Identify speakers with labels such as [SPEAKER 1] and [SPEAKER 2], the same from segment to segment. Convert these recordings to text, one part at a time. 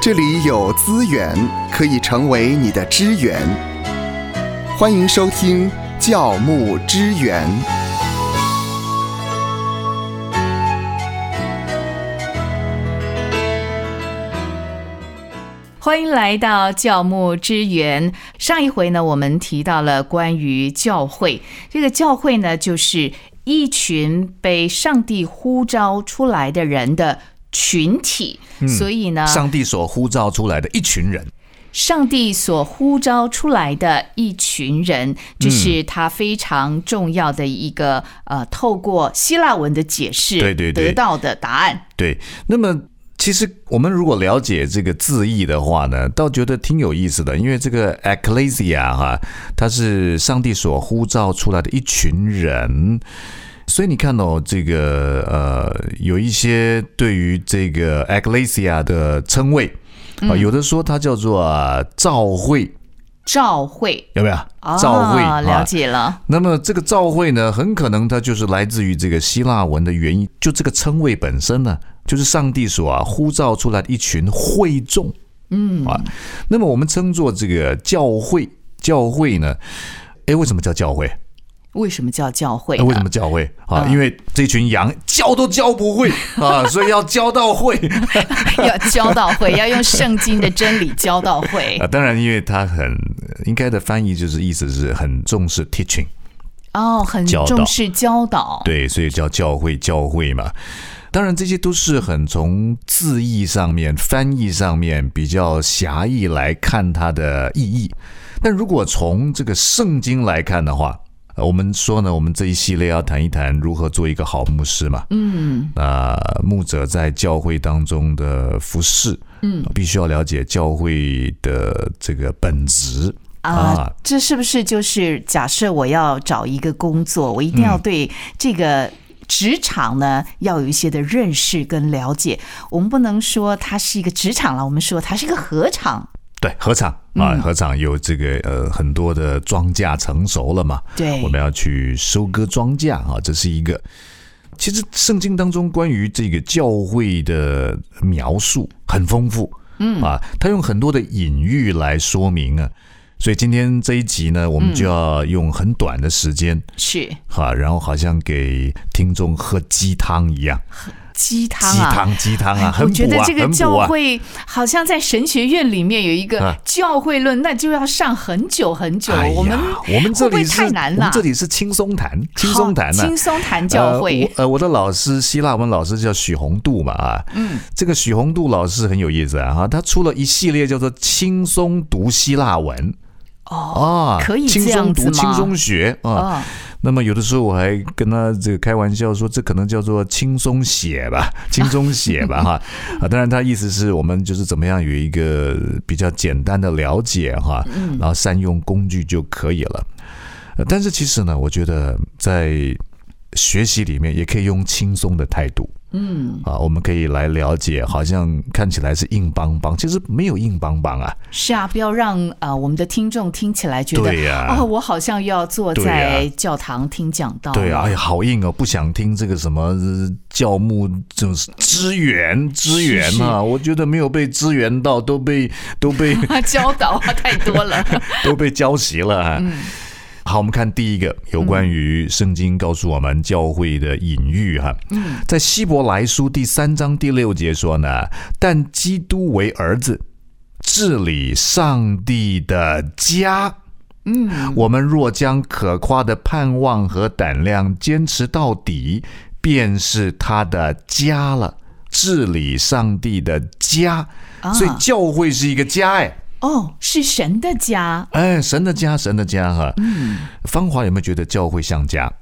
[SPEAKER 1] 这里有资源可以成为你的支援。欢迎收听教牧支援。
[SPEAKER 2] 欢迎来到教牧支援。上一回呢，我们提到了关于教会，这个教会呢，就是一群被上帝呼召出来的人的群体，所以呢，
[SPEAKER 3] 嗯上帝所呼召出来的一群人，
[SPEAKER 2] 上帝所呼召出来的一群人，这
[SPEAKER 3] 嗯
[SPEAKER 2] 是他非常重要的一个、呃，透过希腊文的解释
[SPEAKER 3] 对对对
[SPEAKER 2] 得到的答案。
[SPEAKER 3] 对。那么，其实我们如果了解这个字义的话呢，倒觉得挺有意思的，因为这个 ecclesia 哈，它是上帝所呼召出来的一群人。所以你看哦，这个呃，有一些对于这个 ecclesia 的称谓啊、
[SPEAKER 2] 嗯
[SPEAKER 3] 有的说它叫做、啊、召会，
[SPEAKER 2] 召会，
[SPEAKER 3] 有没有？
[SPEAKER 2] 啊，
[SPEAKER 3] 召会、
[SPEAKER 2] 了解了，
[SPEAKER 3] 那么这个召会呢，很可能它就是来自于这个希腊文的原因，就这个称谓本身呢，就是上帝所啊呼召出来的一群会众。嗯啊，那么我们称作这个教会，教会呢，诶，为什么叫教会？
[SPEAKER 2] 为什么叫教会
[SPEAKER 3] 那
[SPEAKER 2] 呢？
[SPEAKER 3] 为什么教会哎啊？
[SPEAKER 2] 嗯
[SPEAKER 3] 因为这群羊教都教不会 啊，所以要教到会
[SPEAKER 2] 要教到会，要用圣经的真理教到会
[SPEAKER 3] 啊。当然，因为它很应该的翻译就是意思是很重视 teaching。
[SPEAKER 2] 哦，很
[SPEAKER 3] 教导
[SPEAKER 2] 重视教导。
[SPEAKER 3] 对，所以叫教会教会嘛。当然，这些都是很从字义上面、翻译上面比较狭义来看它的意义。但如果从这个圣经来看的话，呃我们说呢，我们这一系列要谈一谈如何做一个好牧师嘛。
[SPEAKER 2] 嗯，
[SPEAKER 3] 那牧者在教会当中的服饰，嗯，必须要了解教会的这个本质
[SPEAKER 2] 啊，这是不是就是假设我要找一个工作，我一定要
[SPEAKER 3] 嗯
[SPEAKER 2] 对这个职场呢、要有一些的认识跟了解？我们不能说它是一个职场了，我们说它是一个合场。
[SPEAKER 3] 对，禾场啊，禾场有这个呃很多的庄稼成熟了嘛，
[SPEAKER 2] 对
[SPEAKER 3] 我们要去收割庄稼啊，这是一个。其实圣经当中关于这个教会的描述很丰富，嗯啊，他用很多的隐喻来说明啊，所以今天这一集呢，我
[SPEAKER 2] 嗯
[SPEAKER 3] 们就要用很短的时间
[SPEAKER 2] 是
[SPEAKER 3] 哈、然后好像给听众喝鸡汤一样，
[SPEAKER 2] 鸡汤
[SPEAKER 3] 鸡
[SPEAKER 2] 啊。
[SPEAKER 3] 汤鸡汤啊，
[SPEAKER 2] 我
[SPEAKER 3] 很补
[SPEAKER 2] 觉得
[SPEAKER 3] 啊，
[SPEAKER 2] 这个
[SPEAKER 3] 很补
[SPEAKER 2] 教
[SPEAKER 3] 啊。
[SPEAKER 2] 会好像在神学院里面有一个
[SPEAKER 3] 啊
[SPEAKER 2] 教会论，那就要上很久很久。
[SPEAKER 3] 哎呀
[SPEAKER 2] 我们
[SPEAKER 3] 我们这
[SPEAKER 2] 会不会
[SPEAKER 3] 里是
[SPEAKER 2] 太难了啊
[SPEAKER 3] 我们这里是轻松谈，轻松谈啊呢、
[SPEAKER 2] 好轻松谈教会。
[SPEAKER 3] 呃我呃，我的老师希腊文老师叫许宏度嘛啊，嗯，这个许宏度老师很有意思啊，哈他出了一系列叫做“轻松读希腊文”。哦
[SPEAKER 2] 可以这
[SPEAKER 3] 轻松
[SPEAKER 2] 样子
[SPEAKER 3] 读、
[SPEAKER 2] 吗
[SPEAKER 3] 轻松学啊。
[SPEAKER 2] 哦，
[SPEAKER 3] 那么有的时候我还跟他这个开玩笑说，这可能叫做轻松写 吧，轻松写吧哈。啊，当然他意思是我们就是怎么样有一个比较简单的了解哈，然后善用工具就可以了。呃但是其实呢，我觉得在学习里面也可以用轻松的态度。嗯，啊，我们可以来了解，好像看起来是硬邦邦，其实没有硬邦邦啊。
[SPEAKER 2] 是啊，不要让呃我们的听众听起来觉得
[SPEAKER 3] 对呀
[SPEAKER 2] 哦，我好像又要坐
[SPEAKER 3] 对
[SPEAKER 2] 在
[SPEAKER 3] 呀
[SPEAKER 2] 教堂听讲道。
[SPEAKER 3] 对啊，哎呀，好硬哦，不想听这个什么呃教牧，这种支援支援
[SPEAKER 2] 是是
[SPEAKER 3] 啊，我觉得没有被支援到，都被都被
[SPEAKER 2] 教导啊，太多了。
[SPEAKER 3] 都被教习了、啊。好，我们看第一个有关于圣经告诉我们教会的隐喻哈、在希伯来书第三章第六节说呢，但基督为儿子，治理上帝的家。嗯，我们若将可夸的盼望和胆量坚持到底，便是他的家了。治理上帝的家，所以教会是一个家哎。
[SPEAKER 2] 哦，是神的家，
[SPEAKER 3] 哎，神的家，神的家哈。嗯，芳华有没有觉得教会像家？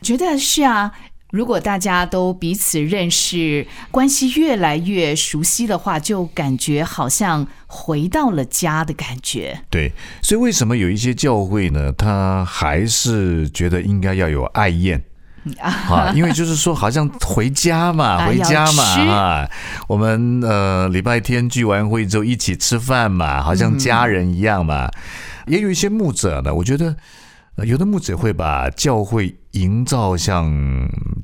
[SPEAKER 2] 觉得是啊。如果大家都彼此认识，关系越来越熟悉的话，就感觉好像回到了家的感觉。
[SPEAKER 3] 对，所以为什么有一些教会呢，他还是觉得应该要有爱 宴？啊，因为就是说，好像回家嘛，
[SPEAKER 2] 啊
[SPEAKER 3] 回家嘛，
[SPEAKER 2] 要吃
[SPEAKER 3] 啊，我们呃礼拜天聚完会之后一
[SPEAKER 2] 嗯
[SPEAKER 3] 起吃饭嘛，好像家人一样嘛。也有一些牧者呢，我觉得呃有的牧者会把教会营造像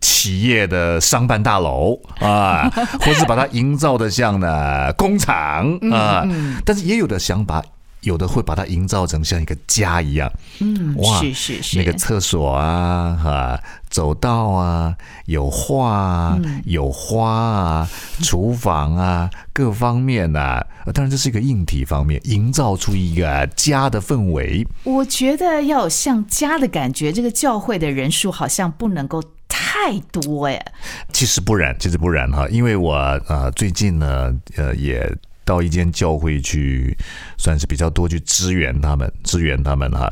[SPEAKER 3] 企业的商办大楼啊，或是把它营造的像呢工厂
[SPEAKER 2] 嗯
[SPEAKER 3] 啊，但是也有的想把。有的会把它营造成像一个家一样，
[SPEAKER 2] 嗯，
[SPEAKER 3] 哇
[SPEAKER 2] 是是是，
[SPEAKER 3] 那个厕所啊，哈、走道啊，有画啊，有花啊，厨房啊，各方面啊，呃当然这是一个硬体方面，营造出一个啊家的氛围。
[SPEAKER 2] 我觉得要有像家的感觉，这个教会的人数好像不能够太多哎。
[SPEAKER 3] 其实不然，其实不然哈，因为我呃最近呢，呃也到一间教会去，算是比较多去支援他们，支援他们哈。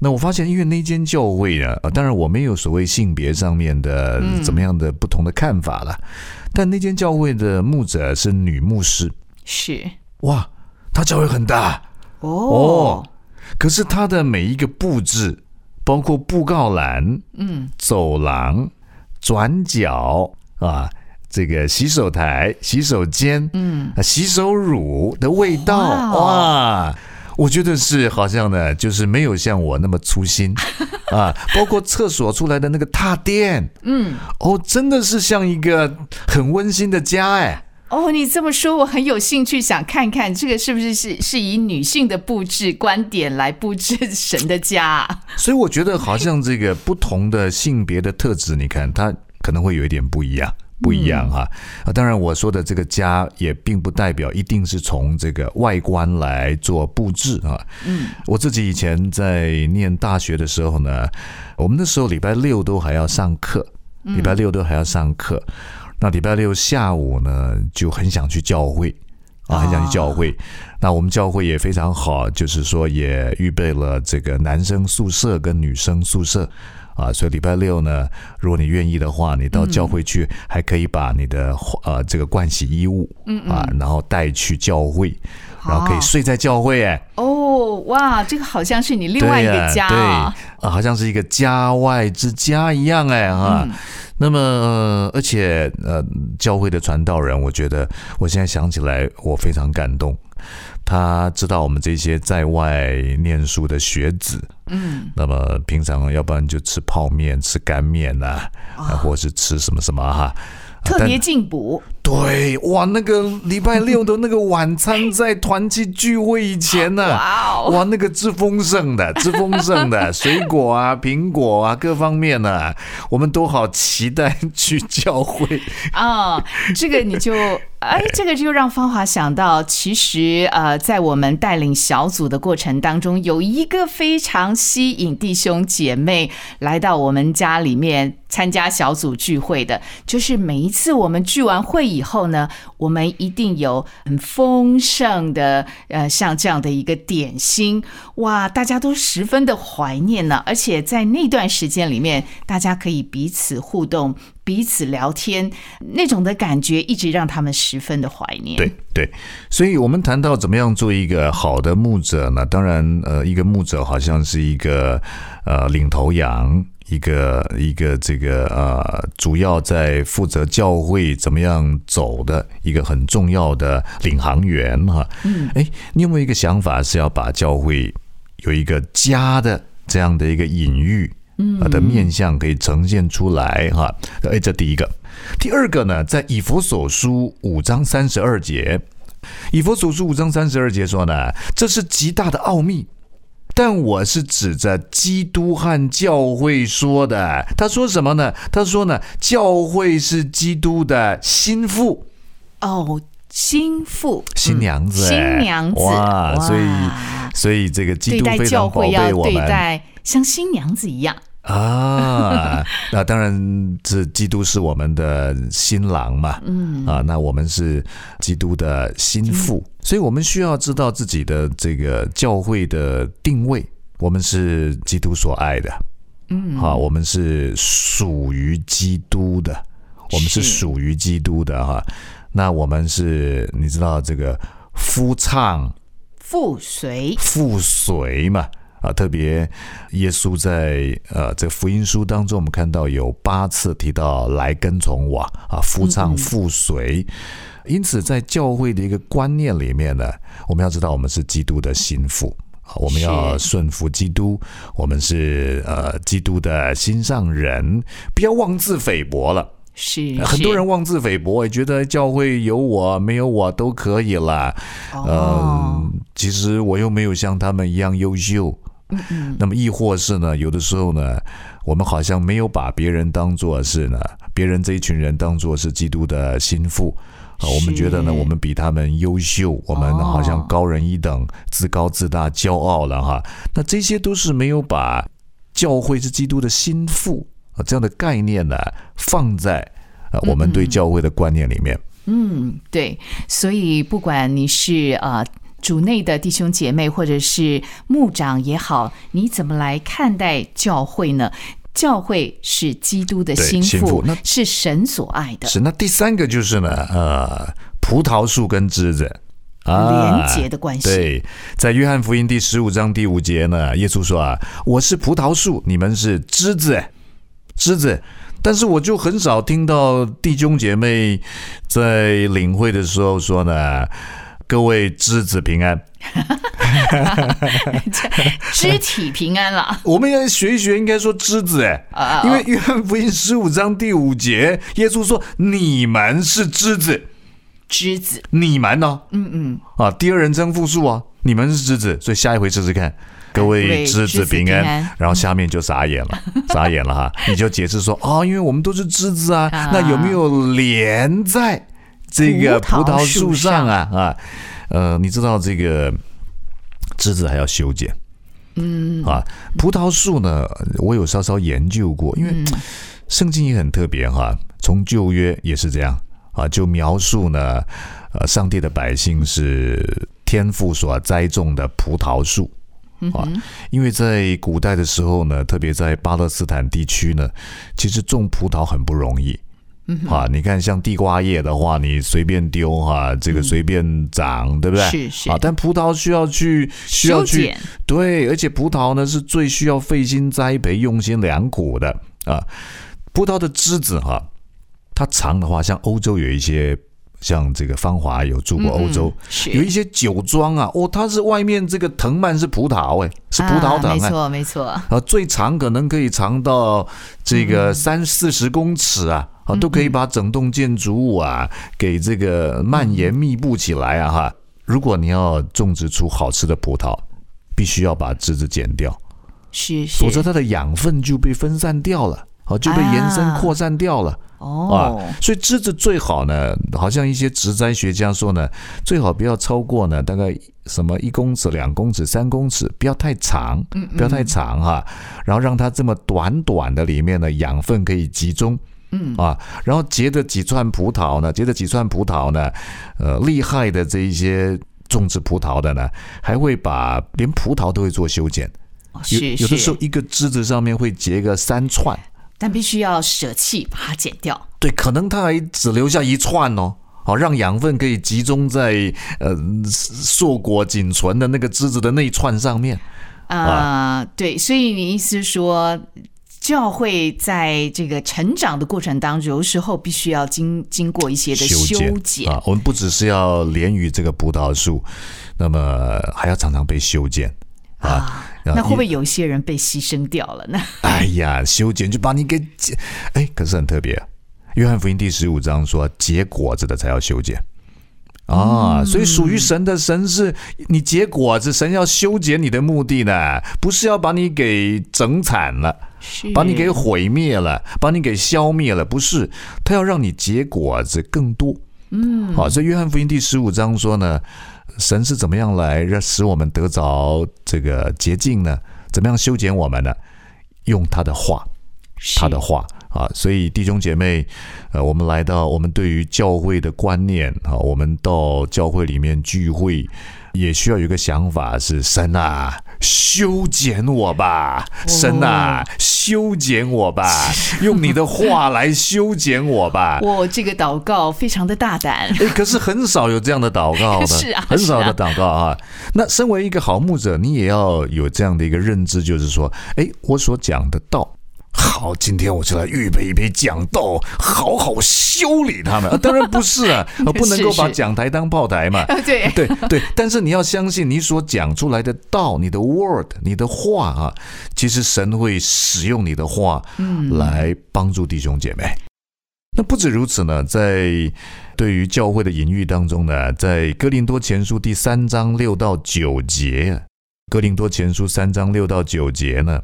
[SPEAKER 3] 那我发现，因为那间教会呢，呃当然我没有所谓性别上面的怎么样的不同的看法了，但那间教会的牧者是女牧师，
[SPEAKER 2] 是
[SPEAKER 3] 哇，她教会很大，
[SPEAKER 2] 哦
[SPEAKER 3] 哦可是它的每一个布置，包括布告栏、
[SPEAKER 2] 嗯，
[SPEAKER 3] 走廊、转角啊，这个洗手台、洗手间，嗯，洗手乳的味道，
[SPEAKER 2] 哇
[SPEAKER 3] 哇。哦我觉得是好像呢，就是没有像我那么粗 心啊，包括厕所出来的那个踏垫，嗯，哦，真的是像一个很温馨的家哎，
[SPEAKER 2] 哦，你这么说，我很有兴趣，想看看这个是不是是是以女性的布置观点来布置神的家啊、
[SPEAKER 3] 所以我觉得好像这个不同的性别的特质，你看它可能会有一点不一样。不一样哈、啊！当然，我说的这个家也并不代表一定是从这个外观来做布置啊。嗯，我自己以前在念大学的时候呢，我们那时候礼拜六都还要上课，礼拜六都还要上课。那礼拜六下午呢，就很想去教会啊，很想去教会。那我们教会也非常好，就是说也预备了这个男生宿舍跟女生宿舍。啊，所以礼拜六呢，如果你愿意的话，你到教会去，还可以把你的呃这个盥洗衣物，啊，然后带去教会，然后可以
[SPEAKER 2] 哦
[SPEAKER 3] 睡在教会，哎，
[SPEAKER 2] 哦，哇，这个好像是你另
[SPEAKER 3] 对
[SPEAKER 2] 外一
[SPEAKER 3] 呀
[SPEAKER 2] 个家
[SPEAKER 3] 对
[SPEAKER 2] 啊、
[SPEAKER 3] 啊好像是一个家外之家一样哎哈。
[SPEAKER 2] 嗯
[SPEAKER 3] 那么，呃而且呃，教会的传道人，我觉得我现在想起来，我非常感动。他知道我们这些在外念书的学子，嗯，那么平常要不然就吃泡面、吃干面呐、啊，或是吃什么什么哈、啊
[SPEAKER 2] 特
[SPEAKER 3] 但
[SPEAKER 2] 别进补，
[SPEAKER 3] 对哇，那个礼拜六的那个晚餐，在团契聚会以前啊呢、
[SPEAKER 2] 哇哦，
[SPEAKER 3] 哇，那个之丰盛的，之丰盛的水果啊、苹果啊，各方面呢、我们都好期待去教会。
[SPEAKER 2] 啊、这个你就哎，这个就让芳华想到，其实呃，在我们带领小组的过程当中，有一个非常吸引弟兄姐妹来到我们家里面参加小组聚会的，就是每一次我们聚完会以后呢，我们一定有很丰盛的呃，像这样的一个点心，哇，大家都十分的怀念呢。而且在那段时间里面，大家可以彼此互动、彼此聊天，那种的感觉一直让他们十分的怀念。
[SPEAKER 3] 对，对，所以我们谈到怎么样做一个好的牧者呢？当然，呃，一个牧者好像是一个呃领头羊。一个一个这个呃，主要在负责教会怎么样走的一个很重要的领航员哈。嗯，哎，你有没有一个想法是要把教会有一个家的这样的一个隐喻，啊的面相可以呈现出来哈。哎，这第一个，第二个呢，在以佛所书五章三十二节，以佛所书五章三十二节说呢，这是极大的奥秘。但我是指着基督和教会说的。他说什么呢？他说呢，教会是基督的心腹。
[SPEAKER 2] 哦，心腹
[SPEAKER 3] 新娘子、哎
[SPEAKER 2] 新娘子
[SPEAKER 3] 哇，
[SPEAKER 2] 哇
[SPEAKER 3] 所以所以这个基
[SPEAKER 2] 对
[SPEAKER 3] 督
[SPEAKER 2] 待
[SPEAKER 3] 非
[SPEAKER 2] 教
[SPEAKER 3] 常宝
[SPEAKER 2] 会
[SPEAKER 3] 贝
[SPEAKER 2] 要
[SPEAKER 3] 我
[SPEAKER 2] 对
[SPEAKER 3] 们
[SPEAKER 2] 待像新娘子一样。
[SPEAKER 3] 啊，那当然，这基督是我们的新郎嘛，嗯啊，那我们是基督的心腹，所以我们需要知道自己的这个教会的定位，我们是基督所爱的，嗯，好、我们是属于基督的，我们
[SPEAKER 2] 是
[SPEAKER 3] 是属于基督的哈、那我们是，你知道这个夫唱。
[SPEAKER 2] 腹随
[SPEAKER 3] 附随嘛。啊，特别耶稣在呃这福音书当中，我们看到有八次提到来跟从我啊，夫唱妇随。因此，在教会的一个观念里面呢，我们要知道我们是基督的心腹啊我们要顺服基督，我们是呃基督的心上人，不要妄自菲薄了。
[SPEAKER 2] 是
[SPEAKER 3] 很多人妄自菲薄，也觉得教会有我没有我都可以了。
[SPEAKER 2] 是哦
[SPEAKER 3] 嗯，其实我又没有像他们一样优秀。
[SPEAKER 2] 嗯
[SPEAKER 3] 那么亦或是呢，有的时候呢，我们好像没有把别人当做是呢，别人这一群人当做是基督的心腹。啊，我们觉得呢，
[SPEAKER 2] 是
[SPEAKER 3] 我们比他们优秀，我们好像高人一等，自高自大、骄傲了哈。那这些都是没有把教会是基督的心腹啊这样的概念呢，放在呃我们对教会的观念里面。
[SPEAKER 2] 嗯，对，所以不管你是呃主内的弟兄姐妹，或者是牧长也好，你怎么来看待教会呢？教会是基督的
[SPEAKER 3] 对
[SPEAKER 2] 心
[SPEAKER 3] 心腹
[SPEAKER 2] 腹
[SPEAKER 3] 那，
[SPEAKER 2] 是神所爱的，
[SPEAKER 3] 是，那第三个就是呢，呃，葡萄树跟枝子啊，
[SPEAKER 2] 连结的关系。
[SPEAKER 3] 对，在约翰福音第十五章第五节呢，耶稣说啊：“我是葡萄树，你们是枝子，枝子。”但是我就很少听到弟兄姐妹在领会的时候说呢：“各位枝子平安。”
[SPEAKER 2] 肢体平安了
[SPEAKER 3] 我们要学一学，应该说枝子哎
[SPEAKER 2] 啊，
[SPEAKER 3] 因为约翰福音十五章第五节，耶稣说：“你们是枝子。”
[SPEAKER 2] 枝子，
[SPEAKER 3] 你们呢？嗯嗯，啊，第二人称复数啊，你们是枝子，所以下一回试试看。各位
[SPEAKER 2] 对
[SPEAKER 3] 枝
[SPEAKER 2] 枝
[SPEAKER 3] 子
[SPEAKER 2] 子
[SPEAKER 3] 平
[SPEAKER 2] 平
[SPEAKER 3] 安，
[SPEAKER 2] 安
[SPEAKER 3] 然后下面就傻眼了，傻眼了哈！你就解释说哦，因为我们都是枝子啊，
[SPEAKER 2] 啊
[SPEAKER 3] 那有没有连在这个葡
[SPEAKER 2] 葡
[SPEAKER 3] 萄
[SPEAKER 2] 萄
[SPEAKER 3] 树
[SPEAKER 2] 树
[SPEAKER 3] 上啊啊？呃，你知道这个枝子还要修剪，嗯啊，葡萄树呢，我有稍稍研究过，因为圣经也很特别哈，从旧约也是这样啊，就描述呢，呃，上帝的百姓是天父所栽种的葡萄树。
[SPEAKER 2] 嗯
[SPEAKER 3] 啊，因为在古代的时候呢，特别在巴勒斯坦地区呢，其实种葡萄很不容易。
[SPEAKER 2] 嗯
[SPEAKER 3] 啊，你看像地瓜叶的话，你随便丢哈、这个随便长，对不对？
[SPEAKER 2] 嗯是是
[SPEAKER 3] 啊，但葡萄需要去需要
[SPEAKER 2] 修
[SPEAKER 3] 去
[SPEAKER 2] 剪，
[SPEAKER 3] 对，而且葡萄呢是最需要费心栽培、用心良苦的啊。葡萄的枝子哈、它长的话，像欧洲有一些，像这个芳华有住过欧洲，
[SPEAKER 2] 嗯是
[SPEAKER 3] 有一些酒庄啊，哦，它是外面这个藤蔓是葡萄哎，是葡萄
[SPEAKER 2] 啊，
[SPEAKER 3] 藤
[SPEAKER 2] 没
[SPEAKER 3] 哎。
[SPEAKER 2] 错没错，
[SPEAKER 3] 啊，最长可能可以长到这个三四十公尺啊，啊，都可以把整栋建筑物啊给这个蔓延密布起来啊哈。如果你要种植出好吃的葡萄，必须要把枝子剪掉，
[SPEAKER 2] 是是
[SPEAKER 3] 否则它的养分就被分散掉了，啊，就被延伸
[SPEAKER 2] 啊
[SPEAKER 3] 扩散掉了。
[SPEAKER 2] 哦
[SPEAKER 3] 啊，，所以枝子最好呢，好像一些植栽学家说呢，最好不要超过呢，大概什么一公尺、两公尺、三公尺，不要太长，
[SPEAKER 2] 嗯
[SPEAKER 3] 不要太长哈、然后让它这么短短的里面呢，养分可以集中。嗯啊，然后结着几串葡萄呢，结着几串葡萄呢，呃，厉害的这一些种植葡萄的呢，还会把连葡萄都会做修剪，啊有
[SPEAKER 2] 是
[SPEAKER 3] 有的时
[SPEAKER 2] 是
[SPEAKER 3] 候，一个枝子上面会结个三串，
[SPEAKER 2] 但必须要舍弃把它剪掉，
[SPEAKER 3] 对，可能它还只留下一串哦。好，让养分可以集中在呃硕果仅存的那个枝子的那一串上面。
[SPEAKER 2] 啊、对，所以你意思是说，教会在这个成长的过程当中，有时候必须要经经过一些的修
[SPEAKER 3] 剪啊，我们不只是要连于这个葡萄树，那么还要常常被修剪啊。啊
[SPEAKER 2] 那会不会有一些人被牺牲掉了呢？
[SPEAKER 3] 哎呀，修剪就把你给剪，哎，可是很特别、约翰福音第十五章说，结果子的才要修剪。啊，所以属于神的神是你结果子，神要修剪你的目的呢，不是要把你给整惨了，
[SPEAKER 2] 是
[SPEAKER 3] 把你给毁灭了，把你给消灭了，不是，他要让你结果子更多。嗯，好，所以约翰福音第十五章说呢，神是怎么样来让使我们得着这个洁净呢？怎么样修剪我们呢？用他的话，他的话啊，所以弟兄姐妹，呃，我们来到我们对于教会的观念啊，我们到教会里面聚会，也需要有一个想法是：神啊，修剪我吧，神啊，修剪我吧，用你的话来修剪我吧。
[SPEAKER 2] 我这个祷告非常的大胆，
[SPEAKER 3] 诶哎可是很少有这样的祷告 的，
[SPEAKER 2] 是啊
[SPEAKER 3] 很少的祷告啊。那身为一个好牧者，你也要有这样的一个认知，就是说，哎，我所讲的道好，今天我就来预备一杯讲道，好好修理 他们。啊当然不是啊，啊不能够
[SPEAKER 2] 是
[SPEAKER 3] 把
[SPEAKER 2] 是
[SPEAKER 3] 讲台当炮台嘛。
[SPEAKER 2] 对，
[SPEAKER 3] 对对，但是你要相信你所讲出来的道，你的 word，你的话啊，其实神会使用你的话来帮助弟兄姐妹。那不止如此呢，在对于教会的隐喻当中呢，在哥林多前书第三章六到九节，啊哥林多前书三章六到九节呢，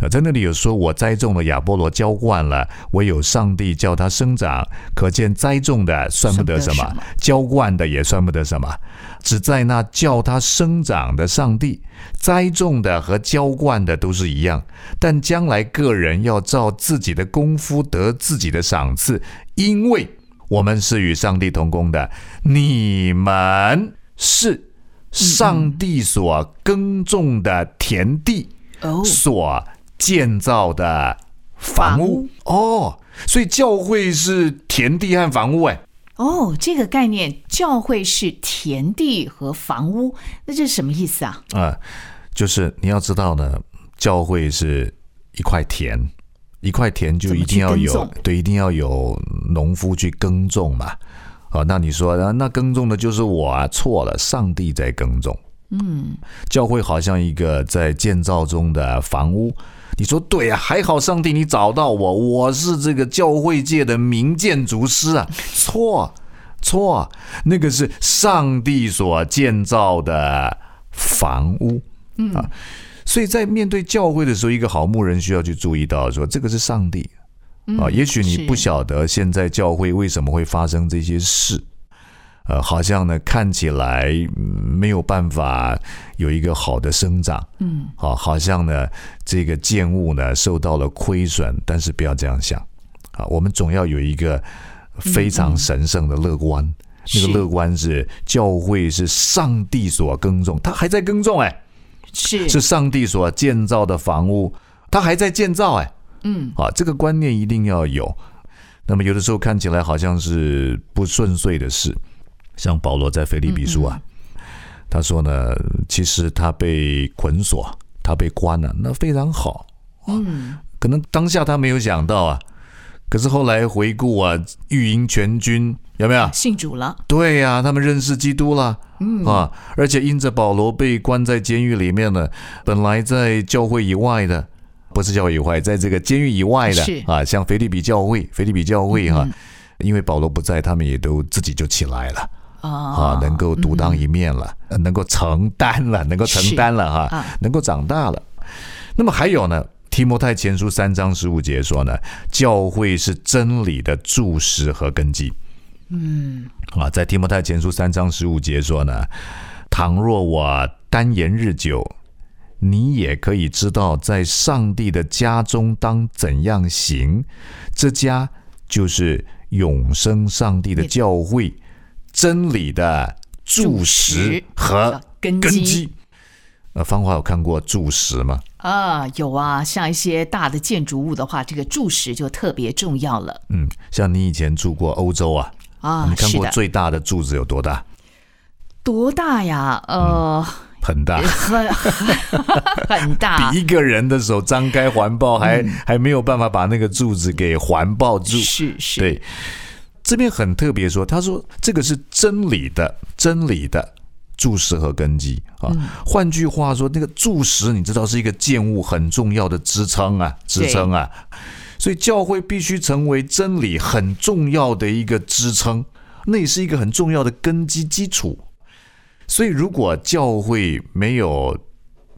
[SPEAKER 3] 呃，在那里有说：“我栽种了，亚波罗浇灌了，唯有上帝叫它生长。可见栽种的算不得什
[SPEAKER 2] 算
[SPEAKER 3] 么
[SPEAKER 2] 不得什么，
[SPEAKER 3] 浇灌的也算不得什么，只在那叫它生长的上帝。栽种的和浇灌的都是一样，但将来个人要照自己的功夫得自己的赏赐，因为我们是与上帝同工的，你们是上帝所耕种的田地。”
[SPEAKER 2] 哦，
[SPEAKER 3] 所建造的房屋哦，所以教会是田地和房屋哎，
[SPEAKER 2] 哦，这个概念，教会是田地和房屋，那这是什么意思啊？
[SPEAKER 3] 啊、就是你要知道呢，教会是一块田，一块田就一定要
[SPEAKER 2] 怎么
[SPEAKER 3] 有
[SPEAKER 2] 去耕
[SPEAKER 3] 对，一定要有农夫去耕种嘛。啊，那你说，啊那耕种的就是我啊？错了，上帝在耕种。嗯，教会好像一个在建造中的房屋。你说对啊，还好上帝你找到我，我是这个教会界的名建筑师啊。错，错，那个是上帝所建造的房屋。嗯啊，所以在面对教会的时候，一个好牧人需要去注意到说，这个是上帝啊。也许你
[SPEAKER 2] 是
[SPEAKER 3] 不晓得现在教会为什么会发生这些事。呃，好像呢，看起来嗯没有办法有一个好的生长，嗯，好，好像呢，这个建物呢受到了亏损，但是不要这样想，啊，我们总要有一个非常神圣的乐观，那
[SPEAKER 2] 是
[SPEAKER 3] 个乐观是教会是上帝所耕种，他还在耕种哎、
[SPEAKER 2] 是
[SPEAKER 3] 是上帝所建造的房屋，他还在建造哎、嗯，啊，这个观念一定要有。那么有的时候看起来好像是不顺遂的事，像保罗在腓立比书啊，他说呢，其实他被捆锁，他被关了，那非常好。嗯，可能当下他没有想到啊，可是后来回顾啊，御营全军有没有？
[SPEAKER 2] 信主了，
[SPEAKER 3] 对呀、他们认识基督了，嗯啊，而且因着保罗被关在监狱里面呢，本来在教会以外的，不是教会以外，在这个监狱以外
[SPEAKER 2] 是
[SPEAKER 3] 的啊，像腓立比教会、腓立比教会哈、因为保罗不在，他们也都自己就起来了啊
[SPEAKER 2] 啊，
[SPEAKER 3] 能够独当一面了，呃能够承担了，能够承担了哈、
[SPEAKER 2] 是啊
[SPEAKER 3] 能够长大了。那么还有呢？提摩太前书三章十五节说呢，教会是真理的柱石和根基。
[SPEAKER 2] 嗯
[SPEAKER 3] 啊，在提摩太前书三章十五节说呢，倘若我单言日久，你也可以知道在上帝的家中当怎样行。这家就是永生上帝的教会，真理的柱石和
[SPEAKER 2] 根
[SPEAKER 3] 根
[SPEAKER 2] 基
[SPEAKER 3] 基。呃，芳华有看过柱石吗？
[SPEAKER 2] 啊，有啊，像一些大的建筑物的话，这个柱石就特别重要了
[SPEAKER 3] 嗯，像你以前住过欧洲啊，
[SPEAKER 2] 啊
[SPEAKER 3] 你。看
[SPEAKER 2] 是
[SPEAKER 3] 过
[SPEAKER 2] 的，
[SPEAKER 3] 最大的柱子有多大？
[SPEAKER 2] 多大呀？呃，
[SPEAKER 3] 很大。
[SPEAKER 2] 很很大
[SPEAKER 3] 比，一个人的手张开环抱还、还没有办法把那个柱子给环抱住。
[SPEAKER 2] 是是，
[SPEAKER 3] 对，这边很特别说，他说这个是真理的，真理的柱石和根基啊。换句话说，那个柱石你知道是一个建物很重要的支撑啊，支撑啊。所以教会必须成为真理很重要的一个支撑，那也是一个很重要的根基基础。所以，如果教会没有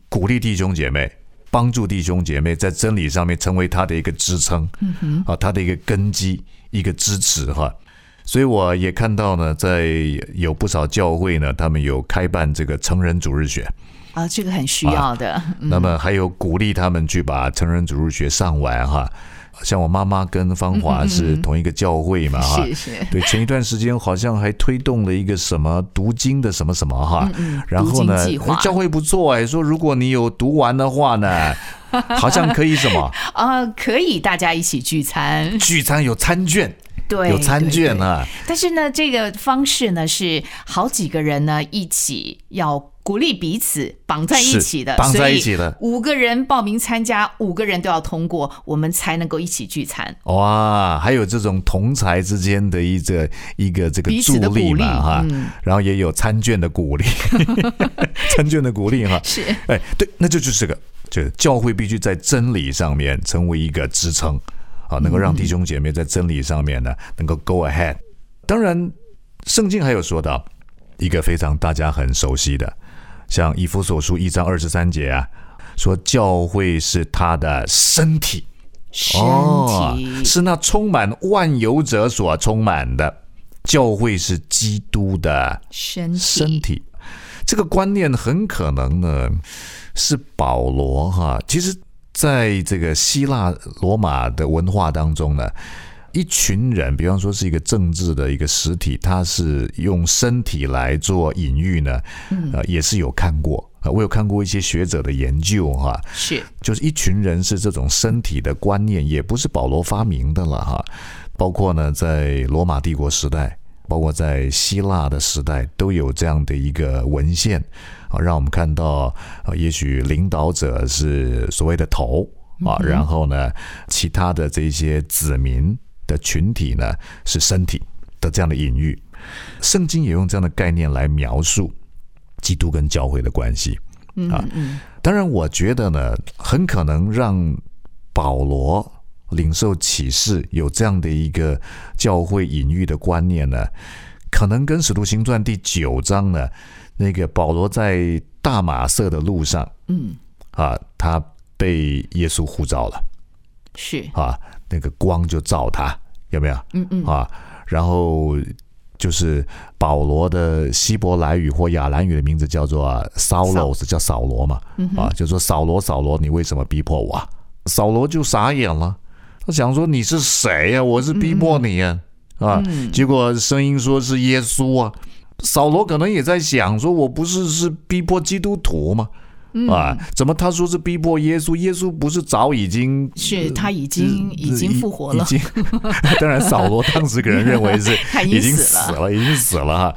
[SPEAKER 3] 鼓励弟兄姐妹，帮助弟兄姐妹在真理上面成为他的一个支撑，啊，他的一个根基，一个支持哈。所以我也看到呢，在有不少教会呢，他们有开办这个成人主日学，
[SPEAKER 2] 啊，这个很需要的。
[SPEAKER 3] 那么还有鼓励他们去把成人主日学上完哈。像我妈妈跟芳
[SPEAKER 2] 嗯
[SPEAKER 3] 华是同一个教会嘛哈，
[SPEAKER 2] 是是，
[SPEAKER 3] 对，前一段时间好像还推动了一个什么读经的什么什么哈，然后呢
[SPEAKER 2] 嗯读经计，划
[SPEAKER 3] 哎教会不错哎，说如果你有读完的话呢，好像可以什么
[SPEAKER 2] 啊，可以大家一起聚餐，
[SPEAKER 3] 聚餐有餐券，
[SPEAKER 2] 对，
[SPEAKER 3] 有餐
[SPEAKER 2] 对
[SPEAKER 3] 券。
[SPEAKER 2] 对
[SPEAKER 3] 啊，
[SPEAKER 2] 但是呢，这个方式呢是好几个人呢一起要鼓励彼此绑在一起的，
[SPEAKER 3] 是绑在一起的
[SPEAKER 2] 所以五个人报名参加，五个人都要通过，我们才能够一起聚餐。
[SPEAKER 3] 哇，还有这种同才之间的一个一个这个
[SPEAKER 2] 彼
[SPEAKER 3] 助
[SPEAKER 2] 此的
[SPEAKER 3] 力
[SPEAKER 2] 鼓励
[SPEAKER 3] 嘛哈，
[SPEAKER 2] 嗯
[SPEAKER 3] 然后也有参券的鼓励， 参券的鼓励哈，
[SPEAKER 2] 是
[SPEAKER 3] 哎，对，那就就是这个，就是教会必须在真理上面成为一个支撑啊，能够让弟兄姐妹在真理上面呢能够 go ahead。当然，圣经还有说到一个非常大家很熟悉的，像以弗所书一章二十三节啊，说教会是他的身体。
[SPEAKER 2] 身
[SPEAKER 3] 哦
[SPEAKER 2] 体，
[SPEAKER 3] 是那充满万有者所充满的。教会是基督的
[SPEAKER 2] 身体，
[SPEAKER 3] 身体，这个观念很可能呢是保罗哈。其实，在这个希腊罗马的文化当中呢，一群人，比方说是一个政治的一个实体，他是用身体来做隐喻呢，呃，也是有看过。呃我有看过一些学者的研究哈、
[SPEAKER 2] 是
[SPEAKER 3] 就是一群人是这种身体的观念，也不是保罗发明的了哈。包括呢，在罗马帝国时代，包括在希腊的时代，都有这样的一个文献啊，让我们看到，啊，也许领导者是所谓的头啊，然后呢，其他的这些子民的群体呢是身体的这样的隐喻。圣经也用这样的概念来描述基督跟教会的关系。
[SPEAKER 2] 嗯
[SPEAKER 3] 啊
[SPEAKER 2] 嗯嗯，
[SPEAKER 3] 当然，我觉得呢，很可能让保罗领受启示有这样的一个教会隐喻的观念呢，可能跟《使徒行传》第九章呢，那个保罗在大马色的路上，
[SPEAKER 2] 嗯，
[SPEAKER 3] 啊，他被耶稣呼召了
[SPEAKER 2] 是
[SPEAKER 3] 啊，那个光就照他，有没有？
[SPEAKER 2] 嗯嗯
[SPEAKER 3] 啊，然后就是保罗的希伯来语或亚兰语的名字叫做啊 Saulos，叫扫罗嘛，
[SPEAKER 2] 嗯
[SPEAKER 3] 啊，就说扫罗，扫罗，你为什么逼迫我啊？扫罗就傻眼了，他想说你是谁呀、我是逼迫你呀、
[SPEAKER 2] 嗯
[SPEAKER 3] 啊，结果声音说是耶稣啊。扫罗可能也在想说，我不是是逼迫基督徒吗？
[SPEAKER 2] 嗯
[SPEAKER 3] 啊，怎么他说是逼迫耶稣？耶稣不是早已经
[SPEAKER 2] 是，他已经已经复活了
[SPEAKER 3] 呃已，经。 当然，扫罗当时可能认为是
[SPEAKER 2] 他 已
[SPEAKER 3] 已
[SPEAKER 2] 经
[SPEAKER 3] 经
[SPEAKER 2] 死
[SPEAKER 3] 死
[SPEAKER 2] 了
[SPEAKER 3] 了，已经死了哈。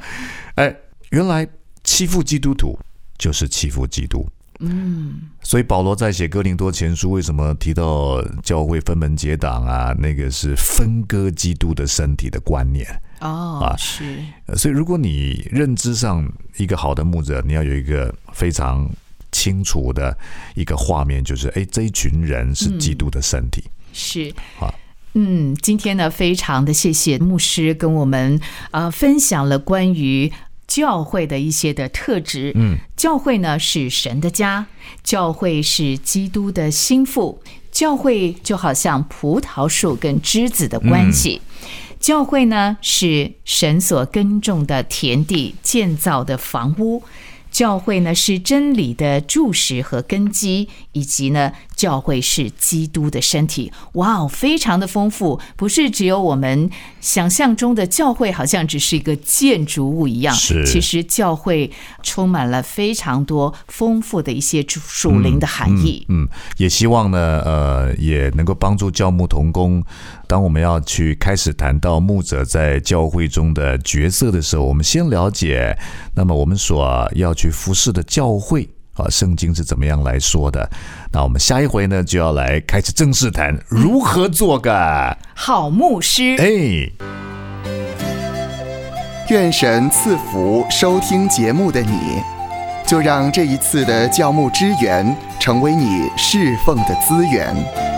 [SPEAKER 3] 哎，原来欺负基督徒就是欺负基督。嗯，所以保罗在写哥林多前书，为什么提到教会分门结党啊？那个是分割基督的身体的观念。
[SPEAKER 2] 哦，是
[SPEAKER 3] 呃所以，如果你认知上一个好的牧者，你要有一个非常清楚的一个画面，就是哎，这一群人是
[SPEAKER 2] 嗯
[SPEAKER 3] 基督的身体。
[SPEAKER 2] 是
[SPEAKER 3] 好。
[SPEAKER 2] 嗯，今天呢，非常的谢谢牧师跟我们啊、呃分享了关于教会的一些的特质。嗯，教会呢是神的家，教会是基督的心腹，教会就好像葡萄树跟枝子的关系。教会呢是神所耕种的田地建造的房屋，教会呢是真理的柱石和根基，以及呢教会是基督的身体。哇哦，非常的丰富，不是只有我们想象中的教会好像只是一个建筑物一样，
[SPEAKER 3] 是
[SPEAKER 2] 其实教会充满了非常多丰富的一些属灵的含义。
[SPEAKER 3] 嗯，也希望呢，呃，也能够帮助教牧同工。当我们要去开始谈到牧者在教会中的角色的时候，我们先了解，那么我们所要去服侍的教会啊，圣经是怎么样来说的？那我们下一回呢，就要来开始正式谈如何做个
[SPEAKER 2] 好牧师，
[SPEAKER 3] 哎。
[SPEAKER 1] 愿神赐福收听节目的你，就让这一次的教牧支援成为你侍奉的资源。